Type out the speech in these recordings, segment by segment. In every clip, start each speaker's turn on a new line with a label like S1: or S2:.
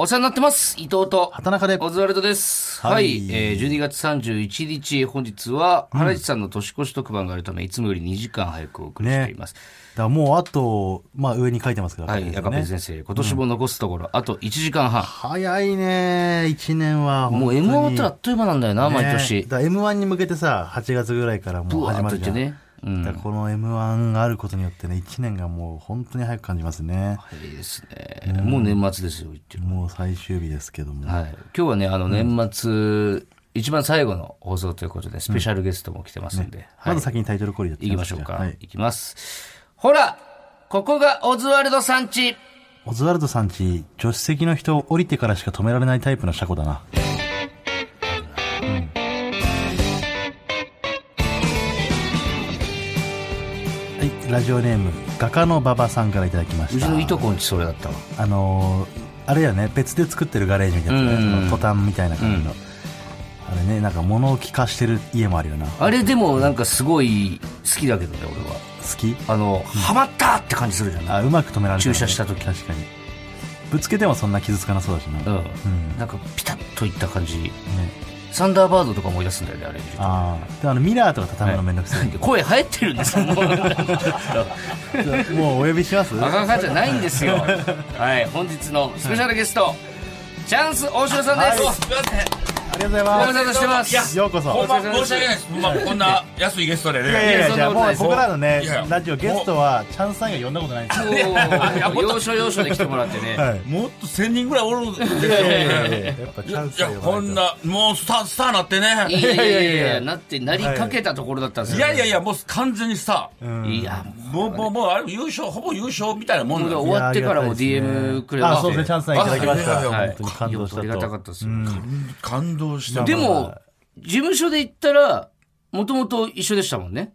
S1: お世話になってます。伊藤と、
S2: 畑中で
S1: オズワルドです。は、
S2: はいい
S1: えー、12月31日、本日は、原市さんの年越し特番があるため、いつもより2時間早くお送りしています。
S2: だもうあと、まあ上に書いてますけど、
S1: はい、赤ペン先生、今年も残すところ、あと1時間半。
S2: 早いね、1年は。
S1: もう M1 ってあ
S2: ら
S1: っという間なんだよな、毎年。
S2: だ M1 に向けてさ、8月ぐらいからも
S1: ブ
S2: う
S1: ワ
S2: 始
S1: ー
S2: ま
S1: っと
S2: る
S1: いって
S2: じゃん。
S1: ね。うん。
S2: だからこの M1 があることによってね、1年がもう本当に早く感じますね。
S1: いいですね。もう年末ですよ、言ってる。
S2: もう最終日ですけども。
S1: はい。今日はね、あの、年末、一番最後の放送ということで、スペシャルゲストも来てますんで。はい
S2: まず先にタイトルコールやって
S1: 行きましょう
S2: じゃ
S1: か。
S2: あ
S1: 行
S2: はい。
S1: きます。ほらここがオズワルドさん地
S2: オズワルドさんち、助手席の人降りてからしか止められないタイプの車庫だな。うんはい、ラジオネーム、画家の馬場さんからいただきま
S1: う
S2: し
S1: ち
S2: た。
S1: のいとこんちそれだったわ。
S2: あのーあれやね、別で作ってるガレージみたいなやつね、
S1: うん
S2: そのトタンみたいな感じの。あれね、なんか物置化してる家もあるよな。好
S1: あれでもなんかすごい好きだけどね、俺は。
S2: き
S1: あの、ハマったって感じするじゃない
S2: あ、うまく止められた、
S1: 駐車した時
S2: 確かに。ぶつけてもそんな傷つかなそうだしな。
S1: うん
S2: ね。
S1: なんかピタッといった感じ。サンダーバードとか思い出すんだよね、あれ見ると
S2: ああ。で、あの、ミラーとか畳むのめんどくさい。
S1: 声入ってるんですよ、 もう。
S2: もうお呼びします
S1: バカバカじゃないんですよ。はい、本日のスペシャルゲスト、チャンス大城さんです。
S3: すいません
S2: ありがとうござい
S1: ご無
S2: ま
S1: 沙汰してます。
S3: いや
S2: す。ようこそ。
S3: ほん
S2: い
S3: ま申し訳ないですまあこんな安いゲストで
S2: や
S3: ね
S2: いやい
S1: いや
S2: や、じゃあ
S1: そんなこと
S2: も
S1: ないうです
S2: 僕らのね
S3: いや、
S2: ラジオゲストは、チャンスさんが呼んだことないんですよ。
S1: もう要所要所で来てもらってね。
S2: はい。
S3: もっと1000人ぐらいおるんですよ
S2: やっぱチャンス
S3: い
S2: さ
S3: や
S2: んが呼
S3: こ
S2: ば
S3: ん
S2: ない
S3: なもうスタースターなって
S1: いや
S3: ね
S1: いやいやいや、なって、なりかけたところだったんです
S3: い
S1: よ、
S3: やいやいやもう完全にスター
S2: と。
S1: いや、
S3: もうもうもうあれ優勝ほぼ優勝みたいなもん
S1: もう
S3: だよ
S1: 終わってからも
S2: いやありがたいですね
S1: DM くれまして
S2: あ、そうですね、チャンスさんいただきまし
S3: あいやいやい
S2: た。
S3: や
S1: はい
S2: 本当に感動し
S1: いやありがたか
S2: た
S1: っ
S2: と。
S1: たですよ。
S3: 感動して
S1: で
S2: まあ
S1: も、事務所で行ったら、もともと一緒でしたもんね。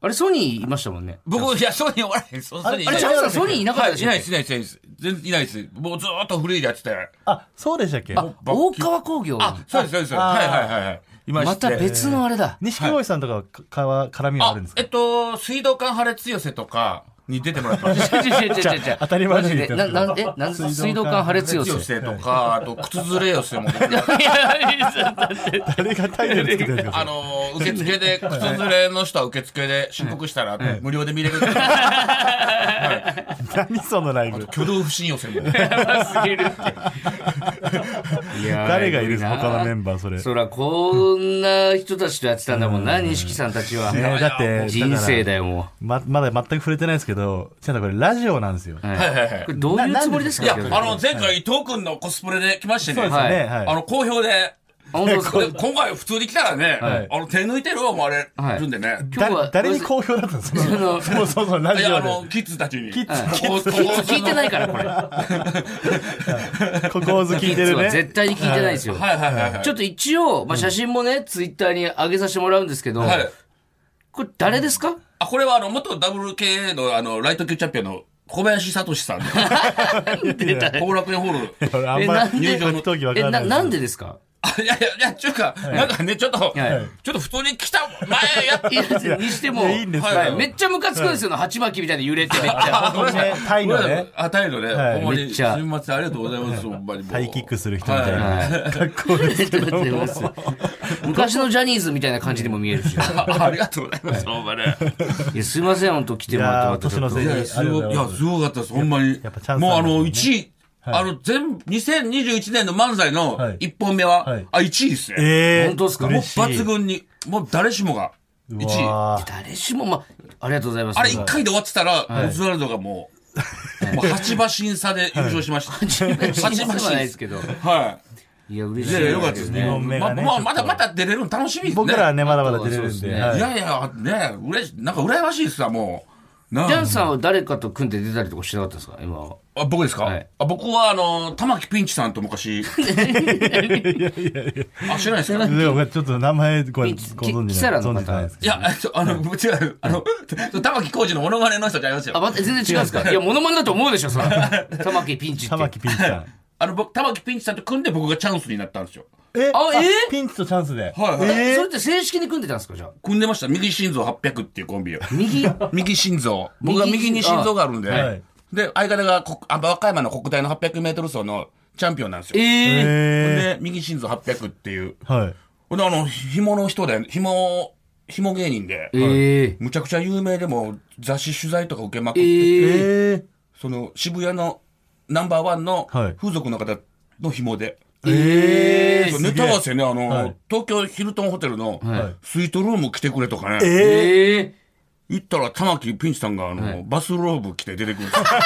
S1: あれ、ソニーいましたもんね。
S3: 僕いやソニーおらへんソニーい
S1: あ
S3: な
S1: れ、
S3: い
S1: チャンスさんソニーいなかったで
S3: はい
S1: し
S3: い
S1: ょ
S3: ないですいないです全然いないですもうずーっと古いやつで
S2: あ、そうでしたっけ
S3: あバ
S1: 大
S3: ッキ
S1: 川工業。
S3: あそうですそうですはいはいはいはいいま
S1: ま
S3: して
S1: た別のあれだ。
S2: 錦鯉さんとかはかかわ絡みはあるんですか
S3: えっと、水道管破裂寄せとかに出てもらって ました。
S1: 違う違う違う違う違う
S2: 当たり前のように言
S1: マ
S2: っ
S1: ジで
S2: て
S1: な
S2: ますけど
S1: なんえなん水道管破裂寄
S3: 寄
S1: せ。
S3: せとか、あと、靴ずれ寄せも出てもらって
S1: いやいやいや
S2: 誰がタイトルつけてるんです
S3: あ
S2: か
S3: の、受付で、靴ずれの人は受付で申告したら、無料で見れる。
S2: それ何そのライブ。
S3: 挙動不審寄せも。
S1: すぎるって。いや
S2: 誰がいるんですか他のメンバー、それ。
S1: そら、こんな人たちとやってたんだもんな、錦さんたちは。
S2: ねだって、
S1: 人生
S2: だ
S1: だよ、も
S2: ま、まだ全く触れてないですけど、ちゃんとこれラジオなんですよ。
S1: う。
S2: そ
S1: はい
S3: はいはいはい
S1: これどういうつもりですか
S3: いや、あ
S1: 逆に
S3: の、前回伊藤君のコスプレで来まして
S2: う
S3: ね
S2: です。よね。
S1: は
S2: はい。
S3: あの、好評で。
S1: あ本当 ですか
S3: で今回普通に来たら
S1: はい
S3: ね、あの、手抜いてる思われるんでね。
S1: 今日は
S2: だ誰に好評だったん ですかそうそうそう、ラ
S3: い
S2: ジ
S3: や、
S2: オ
S3: あ
S2: で。
S3: の、キッズたちに。
S2: キッズ
S3: はい
S2: キッズ
S3: こうこう
S1: 聞いてないから、これ。
S2: ここをず聞いて
S1: 実
S2: る
S1: は
S2: ね。
S1: 絶対に聞いてないですよ。
S3: はいはいはいはい。
S1: ちょっと一応、まあ、写真もね、ツイッターに上げさせてもらうんですけど、
S3: はい。
S1: これ誰ですか
S3: あ、これはあの、元 WK のあの、ライト級チャンピオンの小林聡さん。後楽園ホール。
S2: 俺あん
S1: え
S2: ま
S1: なん
S2: り
S1: で
S2: 入場の闘技わ
S1: え、
S2: からな。
S1: ないなんでですか
S3: あいやいや、いや、ちゅうか、なんかね、ちょっと、
S1: はい
S3: ちょっと普通に来た前やっ
S1: いや、 にしても、
S2: いやいいんです
S3: よ
S1: はいめっちゃムカつくんですよ、鉢巻きみたいに揺れてめっち ゃ。
S2: 本当にね、タイのね、
S3: あ、タイのね、
S2: はい
S3: ほんま
S1: めっ
S3: に、す
S1: ちゃ
S3: みません、ありがとうございます、ほんまにもう。
S2: タイキックする人みたい
S3: は
S2: な格好ですけども。
S1: 昔のジャニーズみたいな感じにも見えるし。
S3: あありがとうございます、ほん まね。
S1: いやすいません、本当来てもらってもらって。
S2: いやー年のせい
S3: いや、すごい、いや、すごかったです、ほんまに
S2: やっぱチャ。ンス
S3: もう
S2: あ
S3: あ
S2: るんですね
S3: の、1位、あの、全部、2021年の漫才の
S2: はい
S3: 1本目は、
S2: はい
S3: あ、1位ですね。
S2: えー
S1: 本当ですか
S3: もう
S2: 嬉しい
S3: 抜群に、もう誰しもが1
S2: う
S3: 位。
S2: わー
S1: 誰しも、まあ、ありがとうございます。
S3: あれ1回で終わってたら、オズワルドがもう、もう8馬審査で優勝しました。
S1: 勝ち
S3: 8
S1: ま
S3: 馬
S1: しない
S3: 審
S1: ですけど。
S3: 査。はい
S1: や、嬉
S3: い。
S1: し
S3: い
S1: い
S3: やいや、よかったですね。
S2: 二本目がね
S3: ままあ、
S2: ちょっと
S3: まだまだ出れるの楽しみですね。
S2: 僕らはね、まだまだ出れる
S1: あとはそうで
S2: んです
S1: ね。
S2: はいい
S3: やいや、ね、うれし、なんか羨ましいですわ、もう。な
S1: ジャンさんは誰かと組んで出たりとかしてなかったですか今は。
S3: あ僕ですか、
S1: はい
S3: あ僕は、あの、玉木ピンチさんと昔。いやいやいやあ、知らないですか
S2: でもちょっと名前ごご
S1: ピン
S2: 存
S1: チ
S2: 知
S1: キ
S2: じ
S1: サ
S2: ゃな
S1: ラ
S2: い
S1: の
S2: 存
S1: 方
S2: じてないです
S3: いや、ちょあの、違う、あの、玉木浩二のモノマネの人じゃあります
S1: あ、
S3: よ。
S1: また全然違うんですかいや、モノマネだと思うでしょ、そら。玉木ピンチって。
S2: 玉木ピンチ さん。
S3: あの、僕、玉木ピンチさんと組んで僕がチャンスになったんですよ。
S2: え
S1: あえー
S2: ピンチとチャンスで。
S3: はいはい
S2: えー
S1: それって正式に組んでたんですかじゃあ。
S3: 組んでました。右心臓800っていうコンビを。
S1: 右。
S3: 右心臓。僕は右に心臓があるんで。
S2: はい
S3: で、相方がこ、あ和歌山の国大の800メートル走のチャンピオンなんですよ。
S1: ええ
S3: ほん
S2: え
S3: で、右心臓800っていう。
S2: ー、はい。
S3: ほんで、あの、紐の人で、紐、紐芸人で、
S1: ええ
S3: むちゃくちゃ有名でもう雑誌取材とか受けまくって、
S1: ええ
S2: え
S3: その渋谷のナンバーワンの
S2: はい
S3: 風俗の方の紐で。
S2: ー、え
S3: そうネタ合わせね、あの、
S2: はい
S3: 東京ヒルトンホテルの
S1: はい
S3: スイートルーム来てくれとかね。
S1: ええ
S3: 行ったら玉木ピンチさんがあの、バスローブ着て出てくるんですよほ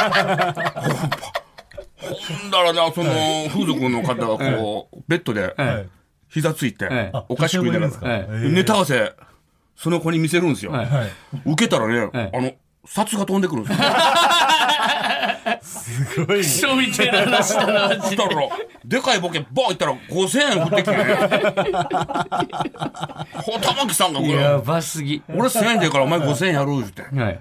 S3: んだらな、その、風俗の方がこう、ベッドで、
S1: はい
S3: 膝ついて、
S1: はい
S3: おかしくいながら、
S1: はい
S2: え
S3: ネタ合わせ、その子に見せるんですよ。
S1: はい
S2: はい。
S3: 受けたらね、
S1: はい
S3: あの、札が飛んでくるんですよ。
S2: すごい。
S1: クソみたいな話だな、マ
S3: そし
S1: ジ
S3: た
S1: で。
S3: ら、でかいボケ、ボーンいったら5000円振ってき てね。ほ玉木さんがこ
S1: や
S3: れ、
S1: ばすぎ。
S3: 俺1000円でからお前5000円やろうって。
S1: はい。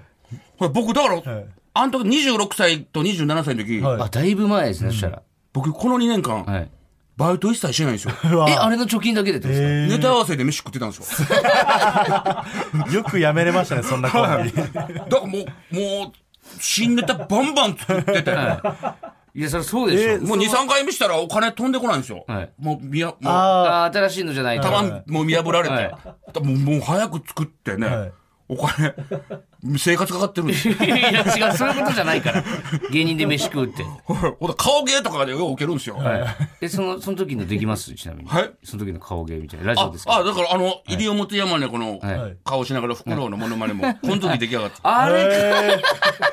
S3: これ僕だから、
S2: はい
S3: あの時26歳と27歳の時、
S2: はい
S1: あ、だいぶ前ですね、そしたら。
S3: 僕この2年間、
S1: はい。
S3: バイト一切してないんですよ。
S2: うわ
S1: え、あれの貯金だけでってことですか
S3: ネタ合わせで飯食ってたんですよ。
S2: よくやめれましたね、そんなコンビ。
S3: だからもう、もう、新ネタバンバン作ってて、
S1: いや、そりゃそうでし
S2: え
S1: ょ。
S2: ー
S3: もう2、3回見したらお金飛んでこないんですよ。
S1: はい
S3: もう、見や、もう、
S2: あ
S1: あー新しいのじゃないと。
S3: たまん、もう見破られて、
S1: はい
S3: だからもう、もう早く作ってね、
S2: はい
S3: お金、生活かかってるん ですよ。
S1: いや、違う、そういうことじゃないから。芸人で飯食うって。
S3: ほら、顔芸とかでよく受けるんですよ。はい。
S1: え、その、その時のできますちなみに。
S3: はい
S1: その時の顔芸みたいな。ラジ
S3: あ
S1: オです、か
S3: あ、だからあの、西表山猫の
S1: はい
S3: 顔しながらフクロウのモノマネも、この時出来上がった。
S1: あ
S2: あ。
S1: れ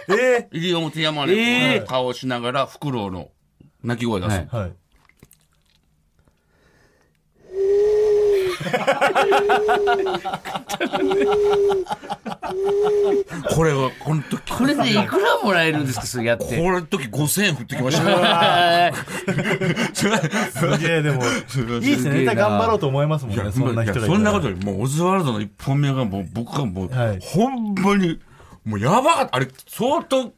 S2: えー、え
S3: 西表山猫の顔しながらフクロウの鳴き声出す。
S1: はい
S2: ー、はい。
S3: これは、この時。
S1: これでいくらもらえるんですかそれやっ
S3: こ
S1: て。
S3: れの時5000円振ってきましたね。
S1: はい
S2: すげえ、でも、いいですね。ネタ頑張ろうと思いますもんね、そんな人がいたら
S3: そんなことより、もうオズワルドの一本目がもう僕がもう、
S2: はい
S3: ほんまに、もうやばかった。あれ、相当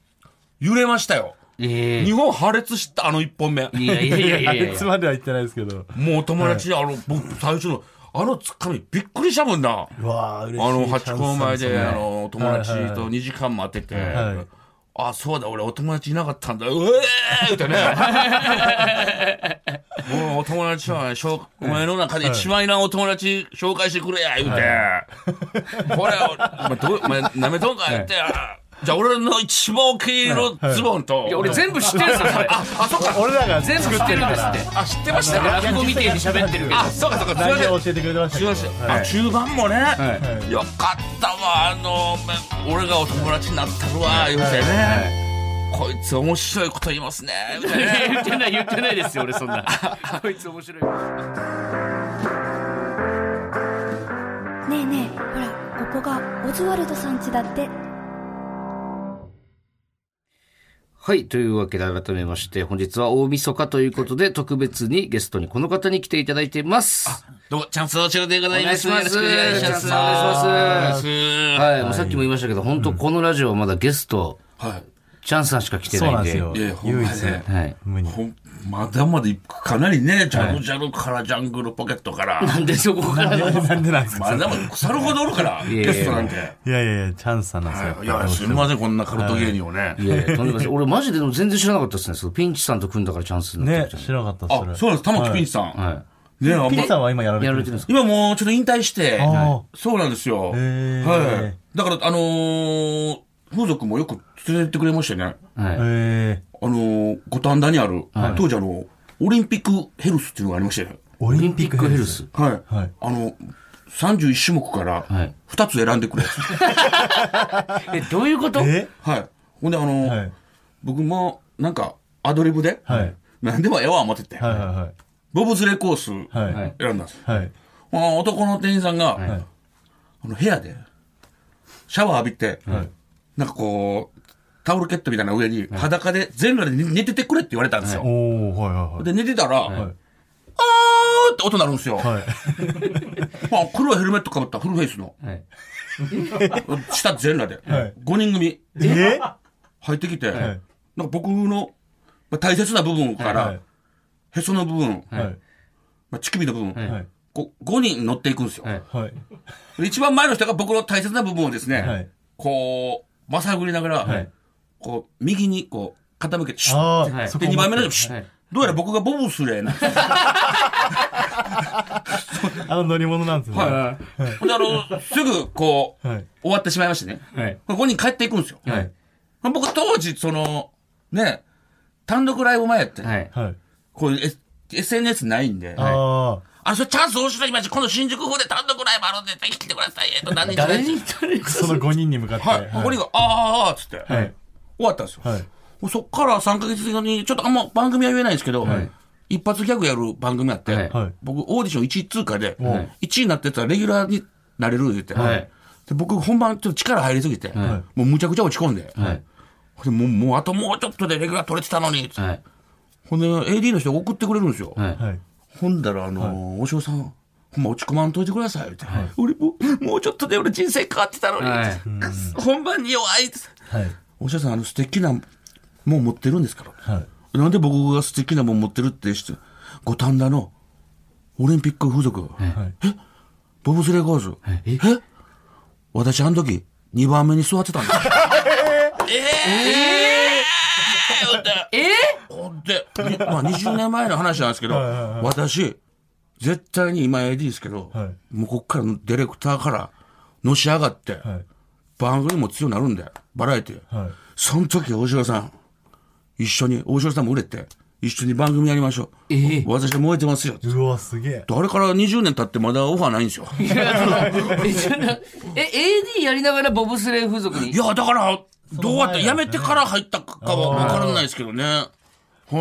S3: 揺れましたよ。
S1: ええ
S3: 日本破裂した、あの一本目。
S1: いやいやいやいや
S2: あ
S1: い
S2: いつ
S1: や。
S2: までは言ってないですけど。
S3: もう友達、あの、僕、最初の、あのつかみ、びっくりしたもんな。
S2: うわあ、嬉しい。
S3: あの、八公前で、あ
S2: は
S3: の、友達
S2: はいはいは
S3: と2時間待ってて、
S2: はい
S3: あ、そうだ、俺お友達いなかったんだ、うえーっ てね。もうお友達は、しょうお前の中で一番いらんお友達紹介してくれや、言うて。これ、お前どう、お前舐めとんか言って、じゃあ俺の一番大きいのズボンと。
S1: いや俺全部知ってるんですよ、それ。
S3: あ、あ、そっか。
S2: 俺らが
S1: 全部知ってるんですって。
S3: あ、知ってました
S1: 落語みてえに喋ってるけど。
S3: あ、そっかそっか。すいま
S2: 内
S3: せん
S2: 容教えてくれてました
S3: す
S2: け
S3: い
S2: ど。
S3: ません、
S2: は
S3: あ
S2: い
S3: 中盤もね、
S1: はい
S3: よかったわあのめ俺がお友達になったるわ言うてね、こいつ面白いこと言いますねみたいなね
S1: 言ってない、言ってないですよ、俺そん な。こいつ面白い。
S4: ねえねえほらここがオズワルドさん家だって
S1: はい。というわけで改めまして、本日は大晦日ということで、特別にゲストにこの方に来ていただいています。
S3: どうもチャンスお中でございます
S1: お願いします
S3: よろくお願いします
S1: お願いします
S3: お願いし
S1: はい。もうさっきも言いましたけど、本当このラジオはまだゲスト、
S3: ますはい
S1: チャンさんしか来て
S2: そう
S1: な
S2: ない
S1: ん
S2: ん
S1: で。
S2: ですよ。
S3: いやいやほんま
S2: 唯
S3: ね
S2: 一ね。
S1: はい。
S2: 無に。
S3: ほんまだまだいくかなりねジャルジャルからジャングルポケットから、
S1: なんでそこからの。
S2: なんでなんですか
S3: まだまだ腐るほどおるから
S1: いやいや
S3: ゲストなんて
S2: いやいやいや、チャンスさんなんですよ。
S3: いやすみませんこんなカルト芸人をね、
S1: いやいや、とんでもないです。俺マジででも全然知らなかったですね。そのピンチさんと組んだからチャンスになっ
S2: ね
S1: て、るじ
S2: 知らなかった
S3: あそうなんです玉木ピンチさん、
S1: ゃん。は
S3: ねあん
S2: ピ
S3: ま
S2: ンさんは今やら
S1: い。
S2: れて
S1: や
S2: る
S1: ら
S2: ん
S1: れ
S2: で
S1: て
S2: す
S1: るんです
S2: か
S1: か
S3: 今もうちょっと引退して、
S2: あー
S3: そうなんですよ。
S2: へー
S3: はい。だから、あのー、風俗もよく連れてってくれましたね。
S1: はい。
S2: ええ
S3: あのー、五反田にある、当時あの、オリンピックヘルスっていうのがありましたね。
S2: オ
S1: オ
S2: リ
S1: リン
S2: ン
S1: ピ
S2: ピ
S1: ッ
S2: ッ
S1: ク
S2: ク
S1: ヘ
S2: ヘ
S1: ル
S2: ル
S1: ス
S2: ス。。
S3: はい。
S2: はい
S3: あの、31種目か
S1: は
S3: ら
S1: い、
S3: 2つ選んでく れ。は
S1: え、どういうこと
S2: え
S3: い。ほんで、あのー
S2: はい
S3: 僕も、なんか、アドリブで、
S2: はい
S3: 何でもええわ思ってて、
S2: はいは
S3: ボブズレコース、
S2: いはい。は
S1: はい
S2: い。
S3: 選んだんです。
S2: はい。
S3: この男の店員さんが、
S2: い
S3: あの部屋で、シャワー浴びて、
S2: はい
S3: なんかこう、タオルケットみたいな上に、裸で全裸で寝寝ててくれって言われたんですよ。
S2: おー、はいはい
S3: で、寝てたら、あ
S2: はい。
S3: ーって音鳴るんですよ。
S2: はい。はい。
S3: まあ、黒いヘルメットかぶったフルフェイスの、
S1: はい。
S3: 下全裸で、
S2: はい
S3: 5人組
S2: え
S3: 入ってきて、
S2: い
S3: なんか僕の、まあ、大切な部分から、
S2: はい
S3: へその部分、
S2: はい。
S3: まあ、乳首の部分、
S1: はい
S2: はい。
S3: こう5人乗っていくんですよ、
S1: はい
S2: はい。
S3: で一番前の人が僕の大切な部分をですね、
S2: はい
S3: こう、まさぐりながら、
S2: はい
S3: こう、右にこう、傾けて、シュッ
S2: あ
S1: はい
S2: あ、そこ
S3: で、
S2: 持
S3: 2
S2: って
S3: 番目の人もシュッ、
S1: はい
S3: どうやら僕がボブスレーなんですよ。
S2: あの乗り物なんですね。
S3: ほんで、あの、すぐこう、
S2: はい
S3: 終わってしまいましてね。
S1: はい。
S3: ここに帰っていくんですよ。
S1: はい。
S3: 僕当時、その、ね、単独ライブ前やって、
S1: はい。
S2: はい。
S3: こういう、S、SNS ないんで、あ
S2: あ
S3: それチャンス大城にまし今度新宿風で単独ライブあるんで、ぜひ来てください。えっと、何日
S1: 誰
S3: 何
S1: に
S3: 日。
S1: 誰に
S2: あ。その5人に向かって。
S3: はい。ここにが、あーあーあーっつって、
S1: はい。
S3: 終わったんですよ。
S2: はい。
S3: もうそっから3ヶ月後に、ちょっとあんま番組は言えないんですけど、
S1: い
S3: 一発ギャグやる番組あって、
S1: はい
S2: はい
S3: 僕オーディション1位通過で、
S1: はい
S3: 1位になってたらレギュラーになれる言って、
S1: はい
S3: で僕本番ちょっと力入りすぎて、
S1: は
S3: もうむちゃくちゃ落ち込んで、
S1: はい。
S3: でもうもうあともうちょっとでレギュラー取れてたのに、
S1: はい。
S3: ほんで AD の人が送ってくれるんですよ。
S1: はい。
S2: はい。
S3: ほんだら、あのー、お嬢さん、ほんま落ち込まんといてください、って。俺もう、もうちょっとで俺人生変わってたのに、
S1: はい
S3: くっそ本番に弱いって。
S2: はい。
S3: お嬢さん、あの、素敵なもん持ってるんですから。
S2: はい。
S3: なんで僕が素敵なもん持ってるって知って、五反田のオリンピック風俗、
S2: はい。
S3: ボブスレーコース、え私あの時、2番目に座ってたんですええええほんで、にまあ20年前の話なんですけど、
S2: はいはいはい
S3: 私、絶対に今 AD ですけど、
S2: はい
S3: もうこっからのディレクターからのし上がって、
S2: はい。
S3: 番組も強くなるんで、バラエティー。
S2: はい。
S3: その時、大城さん、一緒に、大城さんも売れて、一緒に番組やりましょう。
S1: ええ
S3: 私は燃えてますよ。
S2: うわ、すげえ。
S3: あれから20年経ってまだオファーないんですよ。
S1: いやえそんなえ AD やりながらボブスレー風俗に
S3: いや、だから、どうやっ
S2: そ
S3: て、や
S2: うなんや
S3: めてから入ったかはわからないですけどね。はい。
S1: え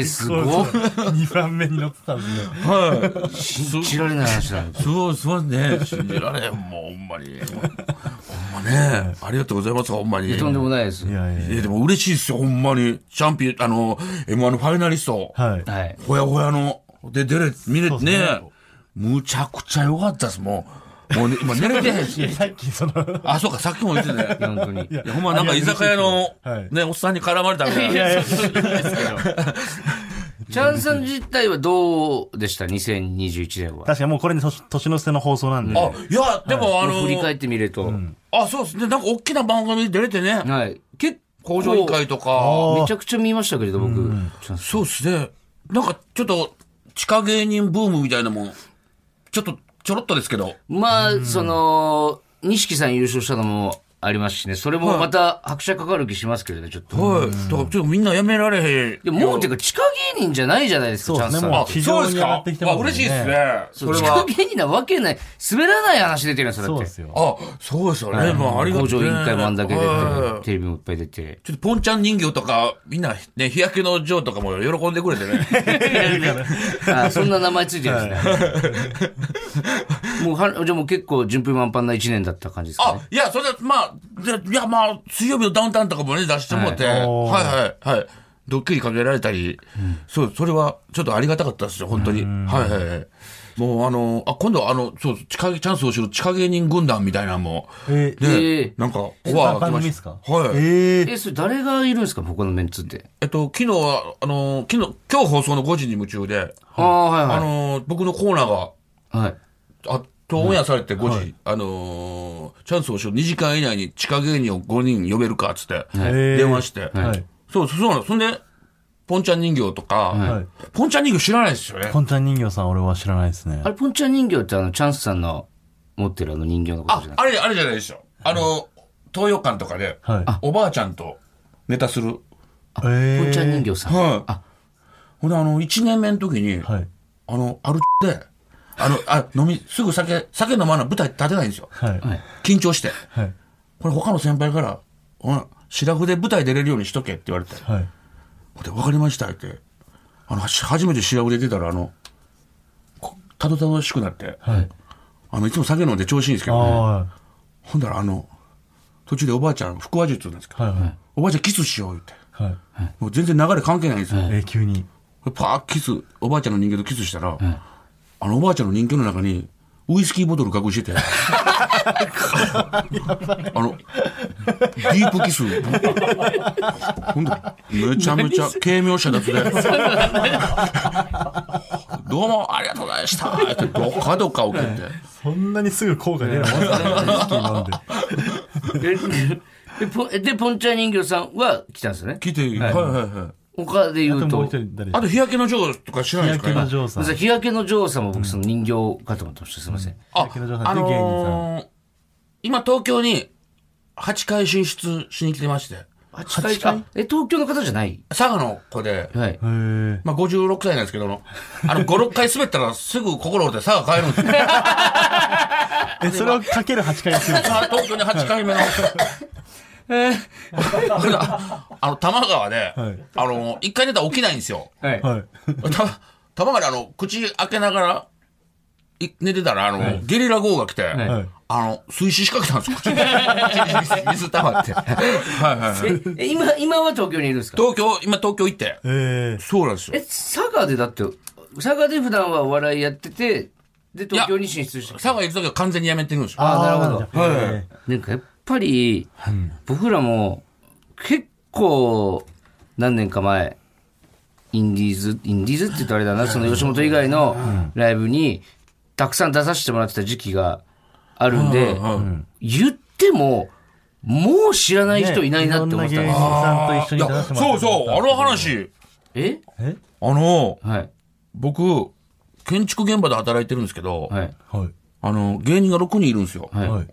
S1: ー、すごい
S2: 2番目に乗ってたんですね。
S3: はい。
S1: 信じられない話だ
S3: すごい、すごいね。信じられん、もう、ほんまに。ほんまね。ありがとうございます、ほんまに。
S1: とんでもないです
S2: いやいやい
S3: いや、でも嬉しいですよ、ほんまに。チャンピオン、あの、M1 のファイナリスト。
S2: や。はい。
S1: はい
S3: ほやほやの、で、出れ、見れ
S2: そ
S3: て
S2: うです
S3: ね
S2: ね、
S3: むちゃくちゃ良かったです、もう。もうね、今寝れてへんし。
S2: さっきその、
S3: あ、そうか、さっきも言ってたね。
S1: 本当に
S2: や
S3: いや、ほんまなんか居酒屋の
S2: はい、
S3: ね、おっさんに絡まれたみたい
S2: い
S3: な。
S2: や
S1: チャンさん自体はどうでした2021年は
S2: 確かにもうこれに年年の瀬の放送なんで。
S3: あ、いや、でもあ
S1: 振り返
S3: の、
S1: ってみると、
S3: あ、そうですね、なんか大きな番組出れてね、
S1: はい結
S3: 工場委員会とか、
S1: めちゃくちゃ見ましたけれど僕、チャンさん
S3: そうですね、なんかちょっと、地下芸人ブームみたいなもん、ちょっと、ちょろっとですけど、
S1: まあその錦さん優勝したのもありますしねそれもまた拍車かかる気しますけどねちょっと、
S3: はい、だからちょっとみんなやめられへん。
S1: でももうていうか地下芸人じゃないじゃないですか
S2: そ
S1: チ
S2: う
S1: ャン
S2: ですね
S1: さん
S2: も
S3: あ、
S2: う
S3: そ
S2: 非
S3: う
S2: 常
S3: で
S2: に
S3: す
S2: 上が
S3: か
S2: ってきてま
S3: あ、
S2: すもんね
S3: 嬉しいですね。それ
S1: 地
S3: は
S1: 下。芸人なわけない滑らない話出てるんですよだ
S2: そ
S1: っ
S2: うで
S1: て
S2: すよ。
S3: あ、そうですよね。まあ、ありがと
S1: 工
S3: う
S1: 場委員会もあんだけ出て、
S3: はい
S1: テレビもいっぱい出て。
S3: ちょっとポンちゃん人形とか、みんなね、日焼けの嬢とかも喜んでくれてね。
S1: あそんな名前ついてるんですね。もうは、じゃあもう結構順風満帆な一年だった感じですかね
S3: あ。、いや、それは、まあ、でいや、まあ、水曜日のダウンタウンとかもね、出してもらって、は
S2: い
S3: い
S2: おー
S3: はいはい。ドッキリかけられたり、そう、それは、ちょっとありがたかったですよ、本当に。はいはいはい。もう、あの、あ、今度は、あの、そう、地下、チャンスを知る地下芸人軍団みたいなのも、
S2: えー
S1: ええ
S3: ね、なんか、オファーが来
S2: 番
S3: ま
S2: 組で
S3: し
S2: す
S3: た。
S2: か
S3: はい。
S2: ええ。
S1: え、それ誰がいるんですか他のメンツって。
S3: えっと、昨日は、あのー、昨日、今日放送の5時に夢中で、
S1: ああ、はい
S3: あ
S1: は
S3: のー、僕のコーナーが、
S1: い。はい。
S3: あと、オンエアされて5時、あのー、チャンスをしよう、2時間以内に地下芸人を5人呼べるか、つって、
S2: へえ
S3: 電話して、
S2: はい。
S3: そう、そうなの。そんで、ポンちゃん人形とか、
S2: はい。
S3: ポンちゃん人形知らないですよね。
S2: ポンちゃん人形さん俺は知らないですね
S1: あ。れ、ポンちゃん人形ってあの、チャンスさんの持ってるあの人形のこと
S3: あ
S1: じゃ、ない
S3: あれ、あれじゃないでしょ。あの、東洋館とかで、
S2: はい。
S3: おばあちゃんとネタする。
S2: え
S1: ポ
S2: え。
S1: ンちゃん人形さん。
S3: はい。ほんで、あの、1年目の時に、
S2: はい。
S3: あの、あるで、あの、あ、飲み、すぐ酒、酒飲まな舞台立てないんですよ。
S2: はい。
S1: はい。
S3: 緊張して。
S2: はい。
S3: これ他の先輩から、お前、白筆で舞台出れるようにしとけって言われて。
S2: はい。
S3: で、わかりましたって。あの、し初めて白筆出たら、あの、こたどたどしくなって、
S2: はい。
S3: あの、いつも酒飲んで調子いいんですけどね、
S2: あ
S3: ほんだらあの、途中でおばあちゃん、腹話術なんですけ
S2: あ。
S3: ど、
S2: はいはい。
S3: おばあちゃんキスしよう言って。
S2: はい。
S3: もう全然流れ関係ないんですよ。
S2: えー、急に。
S3: パーッキス、おばあちゃんの人形とキスしたら、あのおばあちゃんの人形の中に、ウイスキーボトル 隠してて、あの、ディープキス。ほんで、めちゃめちゃ軽妙者 だつで、どうもありがとうございましたって、どかどか受けて。
S2: そんなにすぐ効果出るもんですねウイスキー飲んで。
S1: えで、ポンでポンちゃん人形さんは来たんですよね。
S3: 来て、はいはいはい。
S1: 他で言
S2: あと
S1: う
S2: もう
S1: と
S2: 一、人誰
S3: あ
S2: で
S3: と、日焼けの女王とか知ら
S2: 日
S3: ないで
S2: 焼
S3: すか
S2: けの
S3: 今
S2: 女王さん。
S1: 日焼けの女王様、僕その人形かと思ってました。すみません。
S3: あ
S2: 日焼けの女王さん
S3: あ
S2: っていう芸人さん
S3: のー今東京に8回進出しに来てまして、
S1: あ、
S2: 近い
S1: 近いえ、東京の方じゃない
S3: 佐賀の子で、
S1: はい。
S2: へ
S3: まあ、56歳なんですけども、あの、5、6回滑ったらすぐ心折れて佐賀帰るんですよ。
S2: え。え、それをかける8回する。
S3: さあ東京で8回目の。えー、あの、多摩川で、
S2: はい
S3: あの、1回寝たら起きないんですよ。
S1: はい。
S2: はい。
S3: た多摩川であの、口開けながら、い寝てたら、あの、ゲリラ豪雨が来て、
S1: い
S2: はい。
S3: あの、水死しかけたんですよ、口に。水溜まって。はいはいはい。
S1: え、今、今は東京にいるんですか
S3: 東京、今東京行って。
S2: え
S3: そうなんですよ
S1: え、。佐賀でだって、佐賀で普段はお笑いやってて、で、東京に進出してきた。
S3: 佐賀行くときは完全にやめてるんですよ。
S1: あーなるほ
S2: ど。はい
S3: は
S2: へ
S1: なんかやっぱり、僕らも、結構、何年か前、インディーズ、インディーズって言うとあれだな、その吉本以外のライブに、たくさん出させてもらってた時期があるんで、言っても、もう知らない
S2: え。
S1: 人いないなって思ったんです
S2: いろんな芸人
S1: よ。
S2: さんと一緒に
S3: い
S2: 出
S3: や
S2: させてもらっ
S3: そう
S2: て
S3: そう、あの話、
S1: え
S2: え
S3: あの、
S1: はい。
S3: 僕、建築現場で働いてるんですけど、
S1: はい。
S2: は。
S3: あの、芸人が6人いるんですよ。
S1: はいい。
S2: は
S1: はい。
S2: い。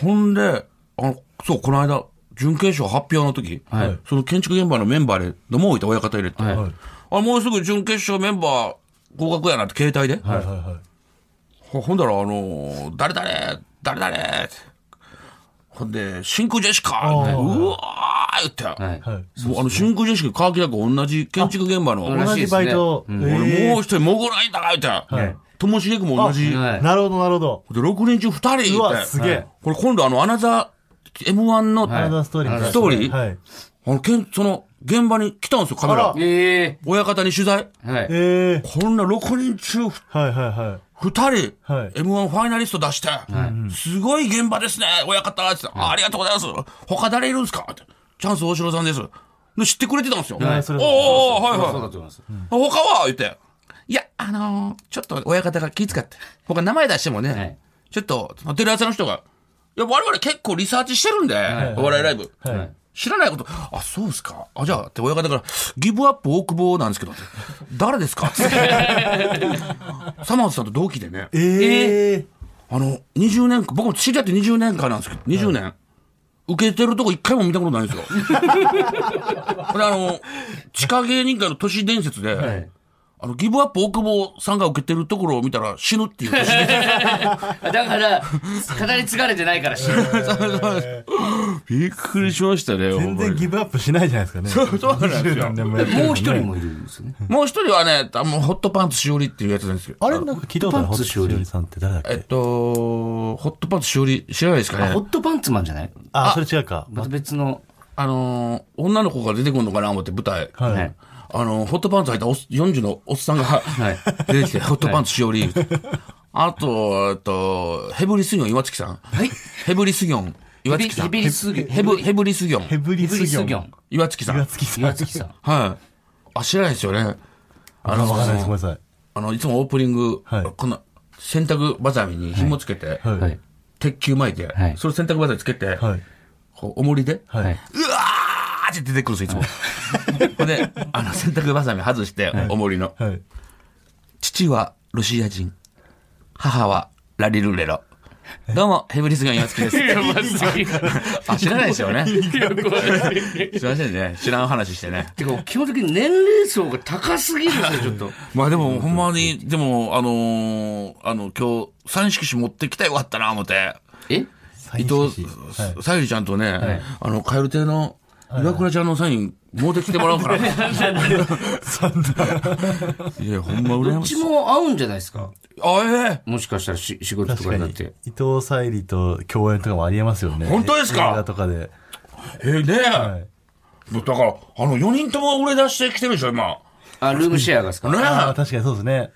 S3: ほんで、あの、そう、この間、準決勝発表の時、
S1: はい
S3: その建築現場のメンバーで、ども置いて親方入れて、
S1: はい
S2: はい。
S3: あ、もうすぐ準決勝メンバー合格やなって携帯で。
S2: はい。は
S3: ほほんだら、あのー誰誰誰誰ってほんで、真空ジェシカうわー言って。
S1: はい
S2: い。はい。
S3: もうあの、真空ジェシカ、川木だ同じ建築現場の、
S1: らし
S3: 俺
S2: 同
S1: いで
S2: じ
S1: すね
S2: バイト。
S1: う
S2: え
S1: ん
S2: え
S3: もう一人、モグライダー言って。ともしげくも同じ。で、
S1: はい
S2: なるほど、なるほど。
S3: 6人中2人
S2: う
S3: 言っ
S2: わ、
S3: て
S2: す。げえ。
S3: これ今度あの、アナザー、M1 の、
S2: アナザ
S1: は
S2: ーストーリーみたいな
S3: ストーリー
S2: はい。
S3: あの、けん、その、現場に来たんですよ、カメラ
S2: あら。
S1: え
S3: 親方に取材。
S1: ー、はい。
S2: ええ。
S3: こんな6人中ふ
S2: はいはいはい。
S3: 2人、
S2: はい
S3: M1 ファイナリスト出して、すごい現場ですね、親方って言って、あありがとうございます。他誰いるんですかって。チャンス大城さんです。で、知ってくれてたんですよ。おーお
S2: はいそれは
S3: ーはい
S1: そう
S3: は
S1: だ
S3: い。
S1: と思います。
S3: 他は言って。いや、あのーちょっと親方が気遣って。他名前出してもね、
S1: はい
S3: ちょっと、テレ朝の人が、いや、我々結構リサーチしてるんで、お笑いライブ。
S2: はい。
S3: 知らないこと、あ、そうですか。あ、じゃあ、って親方から、ギブアップ大久保なんですけど、誰ですかって。サマーズさんと同期でね、
S2: ええ。
S3: あの、20年、僕も知り合って20年間なんですけど、20年。受けてるとこ一回も見たことないん ですよ。これあの、地下芸人界の都市伝説で、
S1: い
S3: あの、ギブアップ大久保さんが受けてるところを見たら死ぬっていう都市伝説。
S1: だから、語り継がれて ないから知らない。
S3: びっくりしましたね、
S2: 全然ギブアップしないじゃないですかね。
S3: うそうなんですよ
S2: 20年もやってるのに
S1: もう一人もいるんですよね。
S3: もう一人はね、あもうホットパンツしおりっていうやつなんですよ。
S2: あれなんか聞いたことある。
S1: ホットパンツしおり
S2: ホットさんって誰だっ
S3: えっ
S2: け
S3: と、ホットパンツしおり、知らないですか
S1: あ、ホ
S3: ね
S1: ットパンツマンじゃない
S2: あ、それ違うか。
S1: また別の。
S3: あのー、女の子が出てくるのかな思って舞台。
S1: は
S2: はいい。
S3: あのー、ホットパンツ履いたおっ40のおっさんが、
S1: い
S3: 出てきて、ホットパンツしおり。あと、えっと、ヘブリスギョン岩月さん。
S1: はい。
S3: ヘブリスギョン岩
S1: ヘビ
S3: 月さん。
S1: ヘビリスギョン。
S3: ヘブ、ヘブリスギョ
S2: ヘ
S3: ン
S2: ブリ
S1: ヘビリ
S2: スギ
S1: スギ
S2: ョ
S1: ョ
S2: ン。
S1: ン。
S3: 岩月さん。
S2: 岩
S3: はい。
S2: 月さん。
S1: 岩月さん。
S3: あ、知らないですよね。あ
S2: あ
S3: の
S2: わかんないです。ごめんなさい。
S3: あの、いつもオープニング、
S2: はい
S3: この洗濯バサミに紐つけて、
S2: はい
S1: はい。
S3: 鉄球巻いて、
S1: はい
S3: それ洗濯バサミつけて、
S2: はい。
S3: こう重りで、
S2: は
S1: はいい。
S3: うわーって出てくるんですよ、いつ も。ほんで、あの、洗濯バサミ外して、重りの。
S2: はい。
S3: 父はロシア人。母はラリルレロ。どうも、ヘブリスガン岩月です。あ、知らないですよね。すいませんね。知らん話してね。
S1: てか、基本的に年齢層が高すぎるんですよ、ちょっと。
S3: まあでも、ほんまに、でも、あのーあの、今日、三色紙持ってきたらよかったな、思って。
S1: え
S2: サイ
S3: 伊
S2: ン色
S3: 藤
S2: 紙はい、
S3: さゆりちゃんとね、あの、カエル亭の岩倉ちゃんのサイン、持ってきてもらおうかな。いや、ほんま
S1: ど
S3: 羨
S1: っ
S3: まし
S1: ち
S3: い。
S1: も合うんじゃないですか
S3: あ、
S1: もしかしたらし仕事と
S2: 確
S1: か
S2: か
S1: になっ
S2: に
S1: て。
S2: 伊藤沙莉と共演とかもありえますよね。
S3: 本当ですか
S2: 映画とかで。
S3: えええねえ、
S2: はい。
S3: だから、あの、4人とも売れ出してきてるでしょ、今。
S1: あ、ルームシェアがですか
S2: ああ、
S3: ね
S2: 確かにそうですね。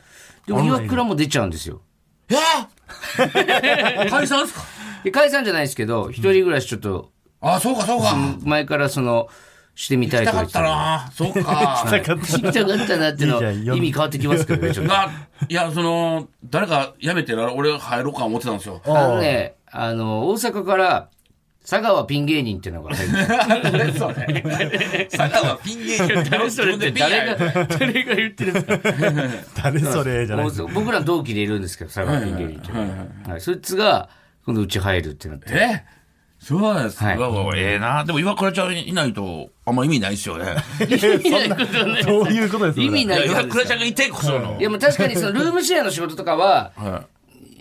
S1: でも、岩倉も出ちゃうんですよ。
S3: ええ解散っすか
S1: で解散じゃないですけど、一人暮らしちょっと、
S3: あ、そうか、そうか。
S1: 前からその、してみたい
S3: した
S1: と
S3: か
S1: か言たん
S3: ってた
S1: で
S3: な。そうか。
S2: なかった
S1: 行きたかったなっていうのはい
S2: いじゃん
S1: 意味変わってきますけどね、ちょっと。
S3: な、いや、その、誰か辞めてら俺入ろうか思ってたんですよ。
S1: あのね、あの、大阪から佐川ピン芸人っていうのが入る。
S3: 誰それ佐川ピン芸人
S1: 誰それって誰が、誰が言ってるんですか
S2: 誰それじゃないです
S1: も う僕ら同期でいるんですけど、佐川ピン芸人っていうのが。はいそいつが、今度うち入るってなって。
S3: えそうなんです
S1: は
S3: か。
S1: いう
S3: わうわええな。でも岩倉ちゃんいないと、あんま意味ないですよね。
S2: どういうことです
S1: 意味
S3: い
S1: な
S3: や
S1: い
S3: 岩
S1: から
S3: 倉ちゃんがいてこその
S1: い。や、もう確かに そのルームシェアの仕事とかは、
S3: は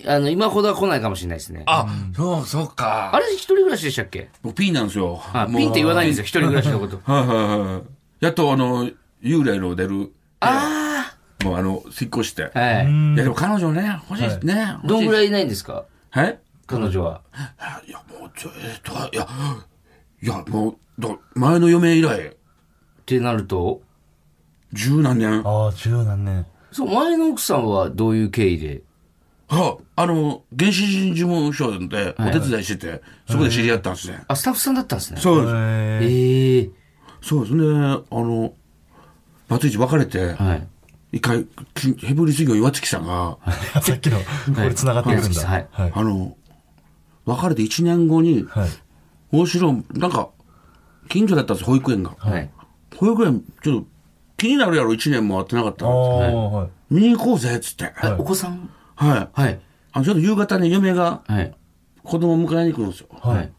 S1: あの、今ほどは来ないかもしれないですね。あ
S3: あ、そう、そうか。
S1: れ一人暮らしでしたっけ
S3: 僕ピンなんですよ。
S1: あ
S3: もう
S1: ピンって言わないんですよ、一人暮らしの こと。
S3: はいはいはい。やっとあの、幽霊の出る。ああ。もうあの、引っ越して。い
S1: はい。
S3: やでも彼女ね、欲しいですね。
S1: どんぐ
S3: い
S1: らいいないんですか
S3: はい
S1: 彼女は。
S3: いや、もうちょ、えっと、いや、いや、もう、だ前の嫁以来、
S1: ってなると、
S3: 十何年。
S2: ああ、十何年。
S1: そう、前の奥さんはどういう経緯で
S3: はあの、原始人事務所でお手伝いしてて、そこで知り合ったんですね。
S1: あ、スタッフさんだったんですね。
S3: そうです。
S2: えー
S1: ええ
S3: そうですね。あの、バツイチ別れて、
S1: はい。
S3: 一回、きヘブリ水魚岩月さんが、
S2: さっきの、これ繋がってくるんだ。
S1: はい
S2: はい。
S3: あの、別れて1年後に、
S2: はい。
S3: 大城、なんか、近所だったんです、保育園が。
S1: はい。
S3: 保育園、ちょっと、気になるやろ、1年も会ってなかった
S2: ああ、
S3: ら。
S2: はい。
S3: 見に行こうぜ、つって。
S1: えお子さん
S3: はい。
S1: はい。
S3: あのちょっと夕方ね、嫁が
S1: はい。
S3: 子供を迎えに来るんですよ。
S1: は
S2: はいい。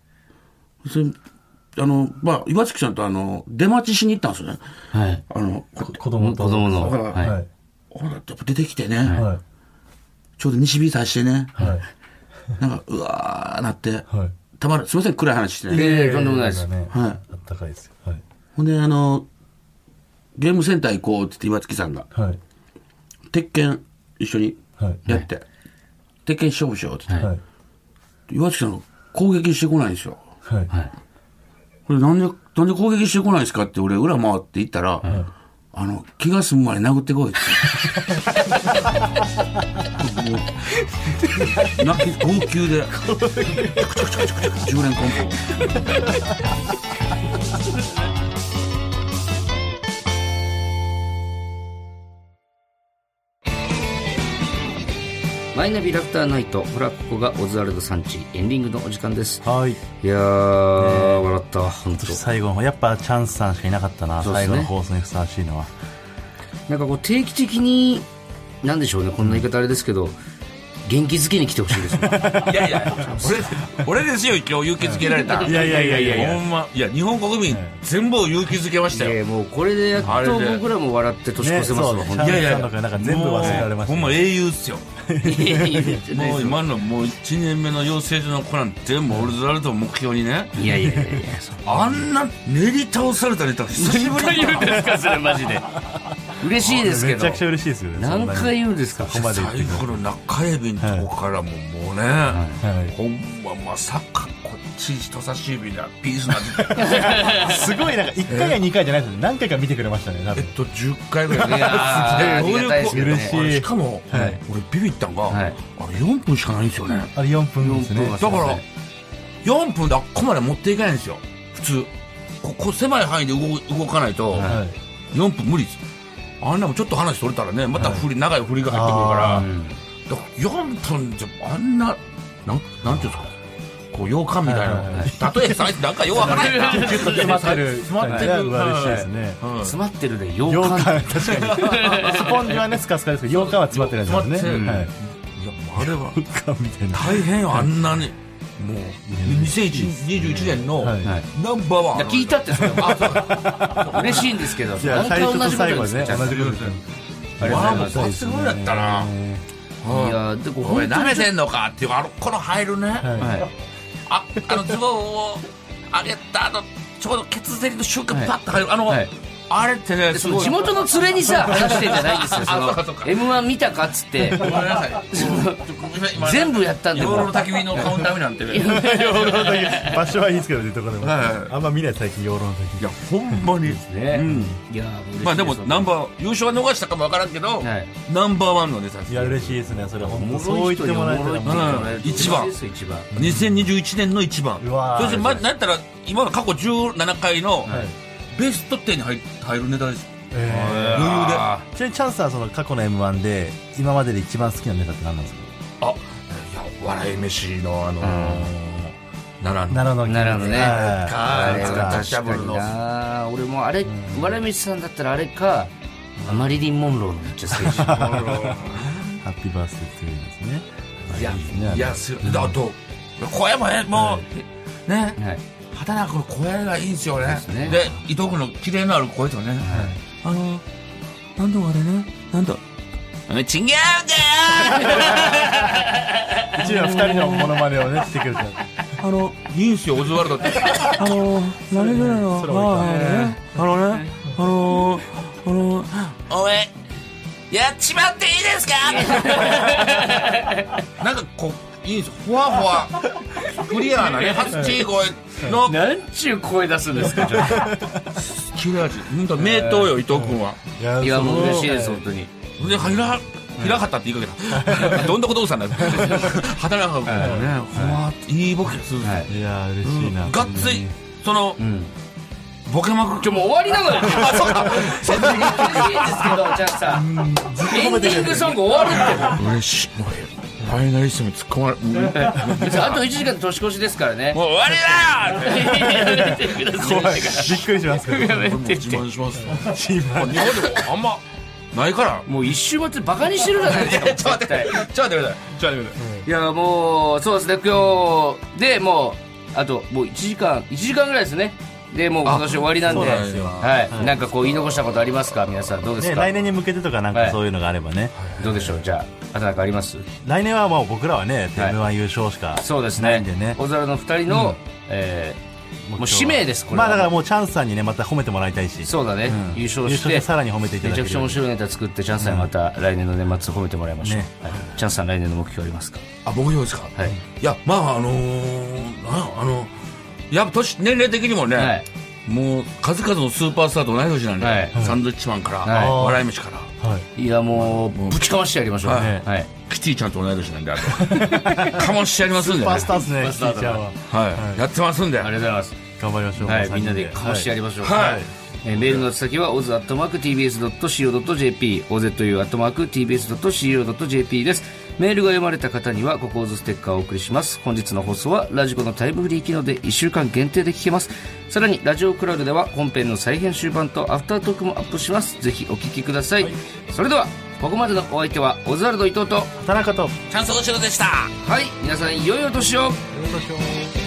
S3: それあの、まあ、岩月さんとあの、出待ちしに行ったんですよね。
S1: はい。
S3: あの、
S2: 子
S1: 子
S2: 供と。
S1: 供の。
S3: そう
S1: はい。
S2: はい。
S3: ほら、やっぱ出てきてね、
S2: はい。
S3: ちょうど西日差してね、
S2: はい。
S3: なんか、うわーなって、
S2: はい。
S3: たまらすいません、暗い話してね。
S1: ええとんでもないです。
S2: ね
S3: は
S2: あったかいですよ。はい。
S3: ほんで、あの、ゲームセンター行こうって言って、岩月さんが、
S2: はい。
S3: 鉄拳一緒に
S2: はい。
S3: やって、鉄拳勝負しようって言って、
S2: はい。
S3: 岩月さんが攻撃してこないんですよ。
S2: はい。
S3: これなんで、なんで攻撃してこないんですかって俺裏回って行ったら、あの、気が済むまで殴って こいって。泣き、号泣で。10連コンボ。
S1: マイナビラフターナイト、ほら、ここがオズワルド産地、エンディングのお時間です。
S2: はい。
S1: いやー、笑ったわ、本当。
S2: 最後の、やっぱチャンスさんしかいなかったな、
S1: そうですね
S2: 最後の放送にふさわしいのは。
S1: なんかこう、定期的に、なんでしょうね、こんな言い方あれですけど、元気づけに来てほしいですね。
S3: いやいや、俺、俺ですよ、今日勇気づけられた。
S2: いやいやいやいやいや
S3: ほんま、いや、日本国民全部を勇気づけました
S1: い
S3: よ。
S1: やもうこれでやっ
S3: あれ
S1: と
S3: で
S1: 僕らも笑って年越せますわ、
S2: ね
S1: 本
S2: そう
S1: 当
S3: い
S1: に
S3: やいやい
S2: なん
S3: や、
S2: かなんか全部忘れられましたね
S3: もうほんま英雄っすよ。
S1: いやいやいや全然
S3: もう
S1: そ
S3: 今のもう1年目の養成所の子なんて全部俺ずらると目標にね。
S1: ういやいやいやいやそう
S3: あんな練り倒されたネタ久しぶりに言うんですかそれマジで
S1: 嬉しいですけ
S2: めち
S1: ど
S2: ゃくちゃ嬉しいですよね。
S1: 何回
S2: う
S1: 言うんですか
S2: ここまで言って
S3: 最
S2: く
S3: 後の中指のとこからももうね、
S2: はい
S3: ほんままさかこっち人差し指でピースなんて
S2: すごい、なんか1回や2回じゃないですよね。何回か見てくれましたね、多
S3: えっ
S2: 分。
S3: と10回ぐらい
S1: いやー
S3: どう
S1: ありがたいですけどね
S2: 嬉しい
S3: あれしかも、
S2: はい
S3: 俺ビビったんが、
S1: はい
S3: あれ4分しかないんですよね
S2: あれ4分ですね。
S1: 4分は
S3: だから
S1: はい
S3: 4分であっこまで持っていかないんですよ普通ここ狭い範囲で動動かないと、
S2: はい。
S3: 4分無理ですあんなもんちょっと話取れたらねまた振り、長い振りが入ってくるから、
S2: あ
S3: だから4分じゃあんななんなんていうんですかこう羊羹みたいな、
S2: はいはい
S3: 例えさなんかよ うわからないな
S2: ギュッと詰まってる。
S3: 詰まってる
S2: はい嬉しいですね。
S3: うん
S1: 詰まってるで洋
S2: 羊
S1: 館
S2: 羹、確かに。スポンジはね、スカスカですけど、羊羹は詰まってないですね。
S3: 詰まっ
S2: はい。
S3: ていやもうあれは
S2: 羊羹みたいな。
S3: 大変よあんなにもう2021年のナ
S2: は
S3: ン
S2: い
S1: はい
S3: バーワン、
S1: いや聞いたってそれは嬉しいんですけど
S2: じゃあ
S1: 何
S2: 最
S1: 回
S2: 初
S1: 同
S2: と
S1: じこと
S2: 最
S1: 言うんで
S2: 後ですね
S1: かちゃんとありがとうござ
S2: 同じこと
S1: い
S3: わあも
S1: ま
S3: う
S1: す
S3: すごいやったな、
S1: いやでも
S3: お前
S1: 本当
S3: 舐
S1: に
S3: め
S1: ちょ
S3: てんのかっていうあのこの入るね、
S2: はい
S1: はい
S3: ああのズボンを上げたあのちょうどケツゼリの瞬間
S1: はい
S3: パッと入るあの、
S1: はい
S3: あれってね
S1: ですそ
S3: ご
S1: の
S3: い
S1: 地元の連れにさ話してんじゃないんですよその
S3: あそうかそうか
S1: m 1見たかっつって
S3: ごめんなさい
S1: その
S3: 今
S1: 全部やったんで
S3: 養老
S1: も
S3: の
S1: う
S3: 焚き火のカウンター見なんてねいや
S2: 場所はいいですけどね、どこでも。
S3: はい
S2: あんま見ない最近、養老の時。
S3: ほんまに
S1: ね
S3: うん
S1: いやー嬉しいす
S3: まあでもナンバー優勝は逃したかもわからんけど、
S1: はい
S3: ナンバーワンのネタ
S2: いや、嬉しいですね、それ
S1: お
S2: 本当
S1: も
S2: そ
S1: ろ
S2: う
S1: い
S2: 言
S1: 人
S2: って
S1: にお
S2: もらえた
S1: もろい
S2: ら
S1: 人
S2: も
S1: に言ってもらえ
S2: う。
S1: る
S3: うん一番
S1: 嬉しいですよ一番
S3: 2021年の一番
S2: うわー
S3: そしてまなんやったら今の過去17回の
S2: はい
S3: ベスト10に入入るネタです
S2: え
S3: 余裕で
S1: あ
S2: ーちなみにチャンスはその過去の M1 で、今までで一番好きなネタって何なんですか
S3: あいや笑い飯のあのー奈良の
S2: 奈良の
S1: なるほどね。
S3: あ
S1: あ
S3: れ
S1: れ
S3: は
S1: は
S3: ダッシャ
S1: 確
S3: ブ
S1: か
S3: ル
S1: に
S3: の
S1: な。俺もあれ、わらみちさんだったらあれか、マリリン・モンローのめっちゃ好きで
S3: あの
S2: ハッピーバースデーっていうんですね。
S3: いや
S2: ね
S3: いやすだと声もねもうね
S1: す。はい。
S3: 畑中の声がいいんですよね
S1: すね
S3: で伊藤君の綺麗のある声とね、あのなんとかでねなんと違うんだ
S2: うちら二人のモノマネをね、してくれた。
S3: よあのいいんすよオズワルドって あの何ぐらいの
S2: それ置いといて
S3: あのねあのあのお前やっちまっていいですか なんかこういいんですよふわふわクリアなね初ちい声の
S1: なんちゅう声出すんですか、じゃあ
S3: 切れ味なんか名刀よ伊藤君は、
S1: いや、もう嬉しい
S2: す
S1: です、本当に。
S3: で、ひら、ひらはったって言いかけた。どんなことをしたんだよ。働くからね、ほわーっていいボケする。
S1: はい。
S2: いやー嬉しいな。
S3: がっつり
S2: 本、
S3: その
S1: う、ん。
S3: ボケまく
S1: ちょ、もう終わりなのよ。 あ、そうか。全然いいんですけど、じゃあさ、エンディングソング終わるってもう。
S3: 嬉しい。もうファイナリストに突っ込まれる。
S1: 別にあと1時間で年越しですからね。
S3: もう終わりだよ
S1: やめてくださ
S2: 当
S1: い
S2: にびっくりしますけど。
S1: やめてっ
S3: 自
S1: て。
S3: 慢します。日本でもあんま、ないから。
S1: もう一周待ってバカにしてるじゃないですか。 絶対
S3: ちょっと待ってください。ちょっと待ってください。
S1: いや、もう、そうですね、今日、で、もう、あと、もう1時間、1時間ぐらいですね。で、もう今年終わりなんで、
S3: そうなんですよ
S1: はい。なんかこう、言い残したことありますか皆さん、どうです
S2: ね、
S1: か
S2: 来年に向けてとかなん
S1: はい
S2: かそういうのがあればね。
S1: どうでしょうじゃあ、あとなんかあります
S2: 来年はもう僕らはね、
S1: はい
S2: M1 優勝しか。
S1: そうです
S2: な
S1: ね
S2: いんでね。
S1: 小皿の2人の、えーもう使命です、これ
S2: ま
S1: は。
S2: あだからもうチャンスさんにね、また褒めてもらいたいし。
S1: そうだね、
S2: うん
S1: 優勝し
S2: 優勝で
S1: て。
S2: さらに褒めていた
S1: め
S2: だ
S1: ち
S2: け
S1: ゃくちゃ面白いネタ作ってチャンスさんにまた来年の年末褒めてもらいましょう、
S2: ね
S1: はいチャンスさん来年の目標ありますか
S3: あ、僕用ですか
S1: はい、
S3: いや、まあ、あのー、なんやあの、やっぱ年、年齢的にもね、
S1: はい
S3: もう数々のスーパースターと同い年なんで、
S1: はい
S3: サンドイッチマンから、
S1: はい
S3: 笑い飯から、
S2: はい。
S1: いやもうぶちかましてやりましょう、
S3: はい
S1: はい、
S3: キティちゃんと同い年なんで、あとかもしてやりますんで、ね
S2: パスターズね、キティちゃんは。
S3: はい、やってますんで、
S1: ありがとうございます
S2: 頑張りましょう。
S1: は
S2: もう
S1: い、
S2: 三
S1: みん
S2: 人
S1: なでかましてやりましょう。
S3: はい
S2: はい
S1: えーメールの宛先は oz.tbs.co.jp、ozu.tbs.co.jp です。メールが読まれた方には、ここオズステッカーをお送りします。本日の放送は、ラジコのタイムフリー機能で1週間限定で聞けます。さらに、ラジオクラウドでは、本編の再編集版とアフタートークもアップします。ぜひお聞きください。それでは、ここまでのお相手は、オズワルド伊藤と、
S2: 田中と。
S3: チャンスお城でした。
S1: はい、皆さん、いよいよ年を
S2: よろしくお願いします